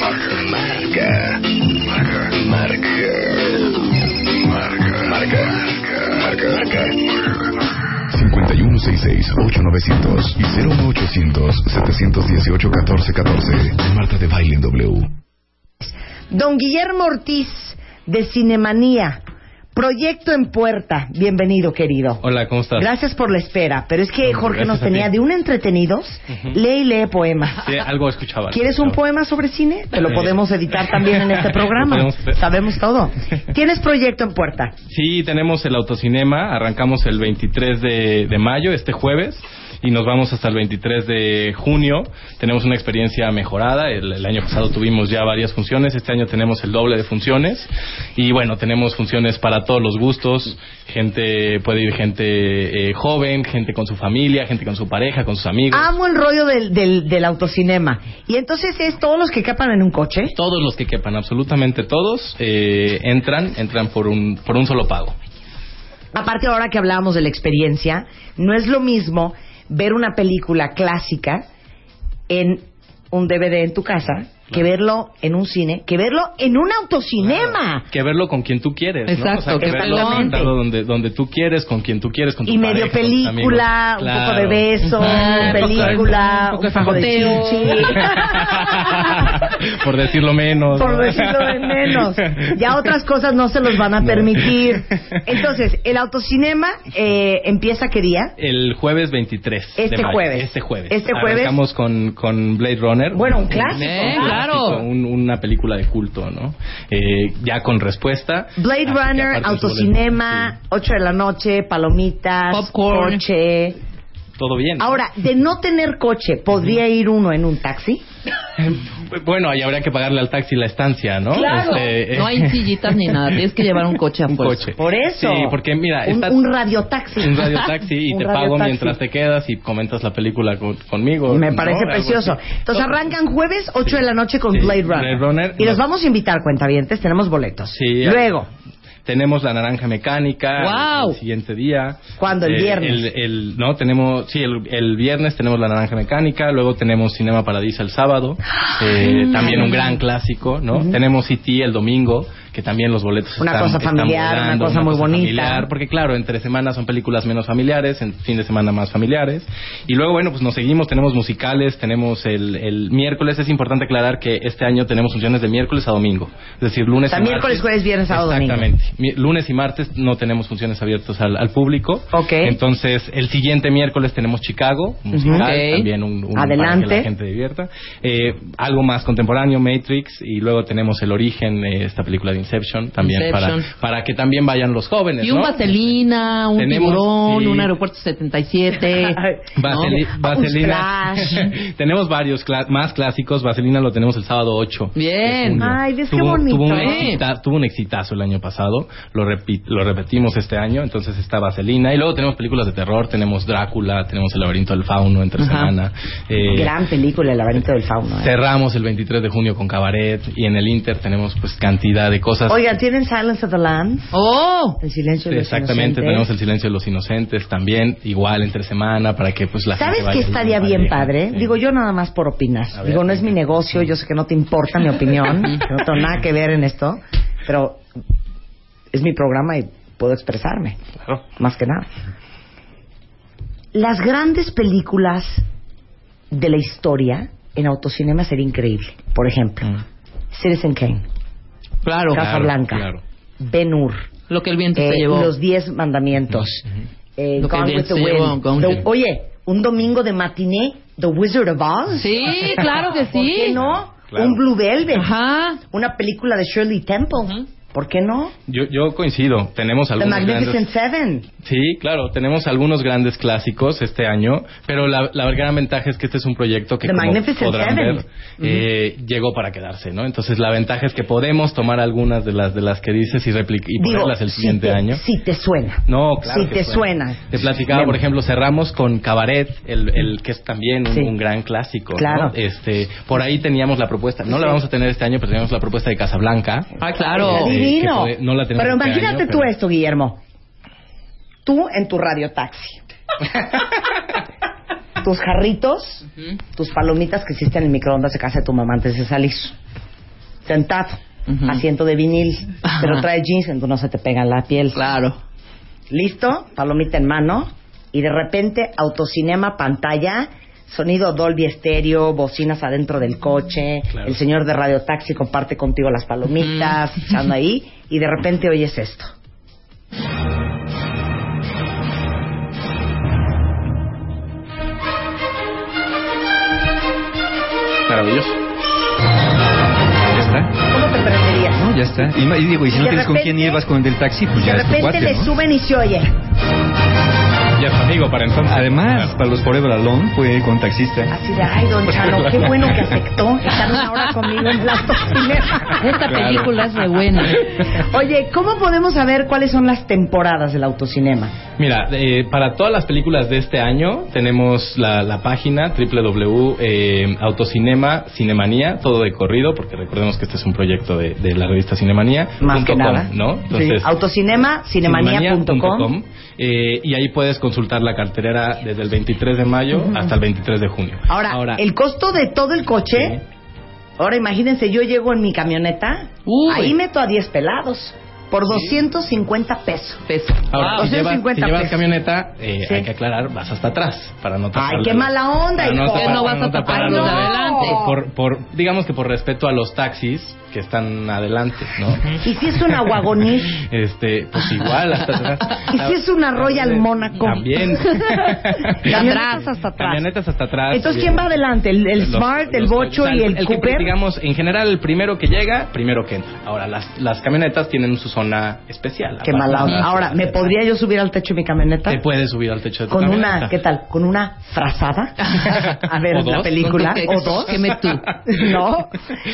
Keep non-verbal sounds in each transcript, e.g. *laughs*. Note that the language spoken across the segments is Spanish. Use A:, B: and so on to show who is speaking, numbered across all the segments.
A: Marca, marca, marca, marca, marca, marca, marca, 5166-8900 y 01800-718-1414. Marta de Baile en W.
B: Don Guillermo Ortiz, de Cinemanía. Proyecto en puerta. Bienvenido, querido.
C: Hola, ¿cómo estás?
B: Gracias por la espera, pero es que
C: No,
B: Jorge
C: gracias
B: nos
C: a
B: tenía
C: ti.
B: de un entretenidos, lee y lee poemas.
C: Sí, algo escuchaba.
B: ¿Quieres un
C: escuchaba.
B: poema sobre cine? Te lo
C: Eh.
B: podemos
C: *laughs*
B: editar también en este programa.
C: Podemos hacer.
B: Sabemos todo. ¿Tienes proyecto en puerta?
C: Sí, tenemos el autocinema. Arrancamos el 23 de, de mayo, este jueves, y nos vamos hasta el 23 de junio. Tenemos una experiencia mejorada. El, el año pasado tuvimos ya varias funciones. Este año tenemos el doble de funciones. Y bueno, tenemos funciones para todos los gustos. Gente, puede ir gente eh, joven, gente con su familia, gente con su pareja, con sus amigos.
B: Amo el rollo del, del, del autocinema. Y entonces es todos los que capan en un coche.
C: Todos los que quepan, absolutamente todos, eh, entran, entran por un, por un solo pago.
B: Aparte ahora que hablábamos de la experiencia, no es lo mismo ver una película clásica en un DVD en tu casa que verlo en un cine, que verlo en un autocinema.
C: que verlo con quien tú quieres. ¿no?
B: Exacto,
C: O sea, que verlo
B: exactamente.
C: sentado donde, donde tú quieres, con quien tú quieres, con tu
B: Y medio
C: pareja, con tus amigos.
B: película, un poco de
C: Claro.
B: beso,
C: Exacto.
B: película, un
D: un poco de
B: poco de
D: fagoteo.
B: chinchi.
C: *laughs* Por decirlo menos.
B: Por decirlo de menos. Ya otras cosas no se los van a
C: No.
B: permitir. Entonces, el autocinema eh, empieza qué día?
C: El jueves 23. de
B: Este
C: mayo.
B: jueves.
C: Este jueves.
B: Este jueves.
C: Arrancamos con, con Blade Runner.
B: Bueno, un clásico.
D: Eh,
C: Un
D: claro.
C: clásico, un- una película de culto, ¿no? Eh, ya con respuesta. Así
B: Blade
C: que
B: Runner,
C: aparte es un
B: autocinema,
C: boleto,
B: 8 de la noche, palomitas,
D: Popcorn.
B: coche.
C: sí. Todo bien. ¿no?
B: Ahora, de no tener coche, ¿podría ir uno en un taxi?
C: Bueno, ahí habría que pagarle al taxi la estancia, ¿no?
B: Claro.
C: Este, eh, *laughs*
D: No hay sillitas ni nada, tienes que llevar un coche a
C: un
D: fuerza.
C: coche.
B: Por eso.
C: Sí, porque mira,
B: un,
C: está-
B: un radiotaxi.
C: *laughs* un radiotaxi
B: *laughs*
C: y
B: Un
C: te
B: radiotaxi.
C: pago mientras te quedas y comentas la película con- conmigo.
B: Me
C: ¿no?
B: parece
C: Algo así.
B: precioso. Entonces arrancan jueves 8 de la noche con
C: Sí,
B: Blade Runner.
C: Blade Runner.
B: Y los vamos a invitar, cuentavientes, tenemos boletos.
C: Sí.
B: Luego,
C: Tenemos la naranja mecánica
D: ¡Guau!
C: el siguiente día. Eh,
B: ¿Cuándo? ¿El viernes?
C: El, el- no, tenemos, sí, el, el viernes tenemos la naranja mecánica, luego tenemos Cinema Paradiso
B: *gasps*
C: el sábado,
B: Ah,
C: eh, también un gran clásico, ¿no? Tenemos E.T. el domingo, que también los boletos
B: Una
C: están-
B: cosa
C: están
B: familiar, una
C: volando,
B: cosa muy bonita.
C: familiar, porque claro, entre semanas son películas menos familiares, en fin de semana más familiares. Y luego, bueno, pues nos seguimos, tenemos musicales, tenemos el, el miércoles. Es importante aclarar que este año tenemos funciones de miércoles a domingo. Es decir, lunes
B: O sea,
C: y martes.
B: miércoles, jueves, viernes, sábado, domingo.
C: Exactamente. Mi- Lunes y martes no tenemos funciones abiertas al, al público.
B: Ok.
C: Entonces, el siguiente miércoles tenemos Chicago, musical,
D: Ok.
C: también un, un-
B: Adelante.
C: para que la gente divierta. Eh, algo más contemporáneo, Matrix, y luego tenemos El Origen, eh, esta película de Inception, también
D: Inception.
C: Para, para que también vayan los jóvenes,
D: Y un
C: ¿no?
D: vaselina, un
C: Tenemos,
D: tiburón,
C: sí.
D: un aeropuerto
C: *laughs*
D: 77.
C: Vaseli-
D: ¿no?
C: Vaselina. *laughs* tenemos varios cla- más clásicos. Vaselina lo tenemos el sábado 8. de
D: Bien.
C: junio.
B: Ay, ¿ves qué
C: tuvo,
B: bonito? ¿eh?
C: Tuvo un,
D: Sí.
C: excita- tuvo un exitazo el año pasado. Lo, repi- lo repetimos este año. Entonces está Vaselina. Y luego tenemos películas de terror. Tenemos Drácula. Tenemos El laberinto del fauno entre
D: Ajá.
C: semana. Eh,
B: gran película, El laberinto del fauno. ¿eh?
C: Cerramos el 23 de junio con Cabaret. Y en el Inter tenemos pues cantidad de cosas.
B: Oigan, ¿tienen Silence of the Lambs?
D: ¡Oh!
B: El silencio de los
C: Exactamente,
B: inocentes.
C: tenemos el silencio de los inocentes también, igual entre semana, para que pues la
B: ¿Sabes
C: gente
B: qué
C: vaya y
B: estaría
C: vaya,
B: bien padre?
C: sí.
B: Digo, yo nada más por opinar.
C: A ver,
B: Digo, no es mi negocio, yo sé que no te importa mi opinión,
C: *laughs*
B: no tengo nada que ver en esto, pero es mi programa y puedo expresarme,
C: Claro.
B: más que nada. Las grandes películas de la historia en autocinema sería increíble. Por ejemplo,
C: Mm. Oh,
B: Citizen Kane,
D: Claro.
B: Casa
C: claro,
B: Blanca,
C: claro.
B: Ben Hur,
D: Lo que el viento
B: eh,
D: se llevó.
B: Los Diez Mandamientos. eh,
D: Lo que
B: Gone
D: bien
B: with the
D: se
B: Wind.
D: llevó, Gone
B: The-
D: with the-
B: oye, un domingo de matiné, The Wizard of Oz.
D: Sí,
B: *laughs*
D: claro que sí.
B: ¿Por qué no?
C: Claro.
B: Un Blue Velvet.
D: Ajá.
B: Una película de Shirley Temple. ¿Por qué no?
C: Yo, yo coincido, tenemos
B: The
C: algunos
B: Magnificent
C: grandes...
B: Seven.
C: Sí, claro, tenemos algunos grandes clásicos este año, pero la, la gran ventaja es que este es un proyecto que
B: The
C: como
B: Magnificent
C: podrán
B: Seven.
C: ver eh, llegó para quedarse, ¿no? Entonces la ventaja es que podemos tomar algunas de las de las que dices y replic- y
B: Digo,
C: ponerlas el siguiente
B: si te,
C: año.
B: Si te suena.
C: No, claro.
B: Si
C: que
B: te suena.
C: Te platicaba,
B: Bien.
C: por ejemplo, cerramos con Cabaret, el, el que es también un,
B: Sí.
C: un gran clásico. ¿no?
B: Claro.
C: Este, por ahí teníamos la propuesta, no la
B: Sí.
C: vamos a tener este año, pero teníamos la propuesta de Casablanca.
D: Ah, claro.
C: Sí.
B: Divino.
C: que fue- no la tenemos
B: pero
C: este
B: imagínate
C: año,
B: tú
C: pero-
B: esto, Guillermo. Tú en tu radio
C: *laughs*
B: taxi. tus jarritos,
D: Ujú.
B: tus palomitas que hiciste en el microondas de casa de tu mamá antes de salir. Sentado,
D: Ujú.
B: asiento de vinil,
D: Ajá.
B: pero trae jeans, entonces no se te pega la piel.
D: Claro.
B: Listo, palomita en mano y de repente autocinema, pantalla, sonido Dolby estéreo, bocinas adentro del coche,
C: Claro.
B: el señor de radio taxi comparte contigo las palomitas, echando ahí y de repente oyes esto.
C: Maravilloso. Ya está.
B: ¿Cómo te
C: Ah,
B: prenderías?
E: No, ya está. Y, ma- y digo, y si
B: Y
E: no
B: de
E: tienes con
B: repente-
E: quién ir, vas con el del taxi, pues
B: Y de
E: ya es tu
B: repente
E: cuate,
B: le
E: ¿no?
B: suben y se oye.
C: Ya es amigo para entonces.
E: Además, para los Forever Alone fue con taxista.
B: Así de, ay, don Chano, qué bueno que aceptó estar una hora conmigo en la autocinema.
D: Esta película es re buena.
C: *laughs*
B: Oye, ¿cómo podemos saber cuáles son las temporadas del autocinema?
C: Mira, eh, para todas las películas de este año tenemos la, la página www eh, autocinema cinemanía todo de corrido porque recordemos que este es un proyecto de, de la revista Cinemanía
B: Más que
C: punto com,
B: nada.
C: ¿no?
B: Sí, Autocinema, cinemanía.com.
C: cinemanía.com, eh, y ahí puedes consultar la cartelera desde el 23 de mayo hasta el 23 de junio.
B: Ahora, eh, el costo de todo el coche. Ahora imagínense, yo llego en mi camioneta,
D: Uy.
B: ahí meto a 10 pelados por 250 pesos.
D: Peso.
C: Ahora,
B: Ah,
C: si, llevas,
B: 250
C: si llevas
B: pesos.
C: camioneta, eh,
B: Sí.
C: hay que aclarar, vas hasta atrás para no
B: Ay,
C: tapar.
B: qué mala onda,
C: para
B: hijo.
C: tapar-
D: Que no vas
C: para
D: a tapar
C: tapar
D: los
C: los-
D: de adelante.
C: Por, por- digamos que por respeto a los taxis que están adelante, ¿no?
B: Y si *laughs* es una guagonil,
C: *laughs* Este, pues igual,
B: *laughs*
C: hasta atrás.
B: ¿Y si es una Royal Mónaco? *laughs*
C: También. *laughs*
B: camionetas hasta atrás.
C: Camionetas hasta atrás.
B: Entonces,
C: Eh,
B: ¿quién va adelante? ¿El, el
C: los-
B: Smart, el
C: los-
B: Bocho
C: o sea,
B: y el,
C: que,
B: Cooper?
C: digamos, en general, el primero que llega, primero que entra. Ahora, las, las camionetas tienen su zona especial.
B: Qué
C: aparte
B: mala
C: de
B: onda.
C: las-
B: Ahora, ¿me podría yo subir al techo de mi camioneta?
C: Te puedes subir al techo de tu
B: Con una,
C: camioneta.
B: ¿qué tal? Con una frazada. A ver,
C: *laughs* O
B: la
C: dos.
B: película.
D: Con tu
B: O
D: ex.
B: dos.
D: Queme tú.
B: *laughs* ¿No?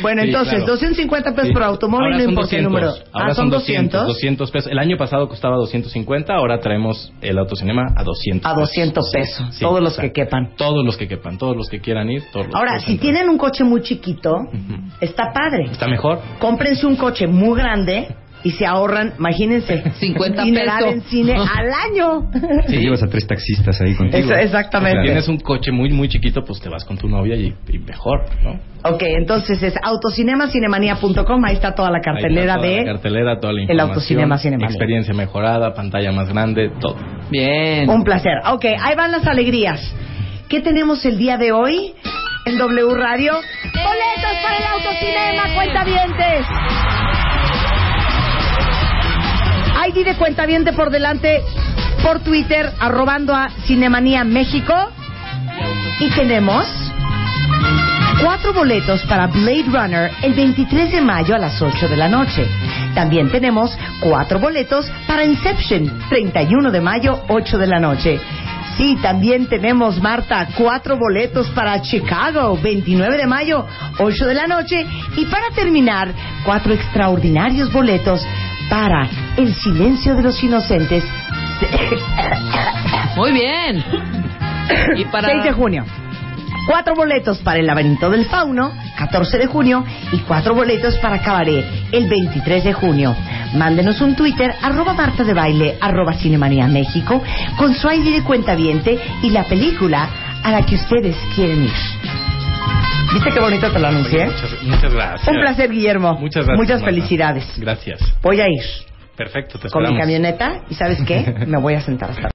B: Bueno,
C: Sí,
B: entonces,
C: claro.
B: 250 pesos
C: Sí.
B: por automóvil,
C: Ahora
B: no
C: son
B: importa el
C: 200.
B: número.
C: Ahora
B: ah,
C: son 200, 200 pesos. El año pasado costaba 250, ahora traemos el autocinema a 200.
B: A 200
C: Sí,
B: pesos.
C: sí,
B: todos los
C: exacto.
B: que quepan.
C: Todos los que quepan, todos los que quieran ir. Todos los
B: Ahora,
C: que
B: si
C: entran.
B: tienen un coche muy chiquito,
C: Ujú.
B: está padre.
C: Está mejor.
B: Cómprense un coche muy grande y se ahorran, imagínense,
D: 50
B: dineral
D: pesos.
B: en
C: *laughs*
B: cine al año.
E: Te llevas a tres taxistas ahí contigo.
B: Eso, exactamente.
C: Si tienes un coche muy, muy chiquito, pues te vas con tu novia y, y mejor, ¿no?
B: Ok, entonces es autocinemacinemanía.com, ahí está toda la
C: Ahí está
B: cartelera
C: toda
B: de
C: La cartelera, toda la
B: el
C: información.
B: autocinema cinemanía.
C: Experiencia mejorada, pantalla más grande, todo.
D: Bien.
B: Un placer. Ok, ahí van las alegrías. ¿Qué tenemos el día de hoy en W Radio? ¡Boletos para el autocinema, cuentavientes! ID de cuentaviente por delante por Twitter, arrobando a Cinemanía México. Y tenemos cuatro boletos para Blade Runner el 23 de mayo a las 8 de la noche. También tenemos cuatro boletos para Inception, 31 de mayo, 8 de la noche. Sí, también tenemos, Marta, cuatro boletos para Chicago, 29 de mayo, 8 de la noche. Y para terminar, cuatro extraordinarios boletos para El Silencio de los Inocentes,
D: Muy bien. Y para
B: 6 de junio. Cuatro boletos para el laberinto del fauno, 14 de junio, y cuatro boletos para Cabaret, el 23 de junio. Mándenos un Twitter, arroba Marta de Baile, arroba Cinemanía México, con su ID de cuenta y la película a la que ustedes quieren ir. ¿Viste qué bonito te lo anuncié?
C: Muchas, muchas gracias.
B: Un placer, Guillermo.
C: Muchas gracias.
B: Muchas
C: Marta.
B: felicidades.
C: Gracias.
B: Voy a ir
C: Perfecto, te
B: con mi
C: esperamos. *laughs*
B: camioneta y ¿sabes qué? Me voy a sentar hasta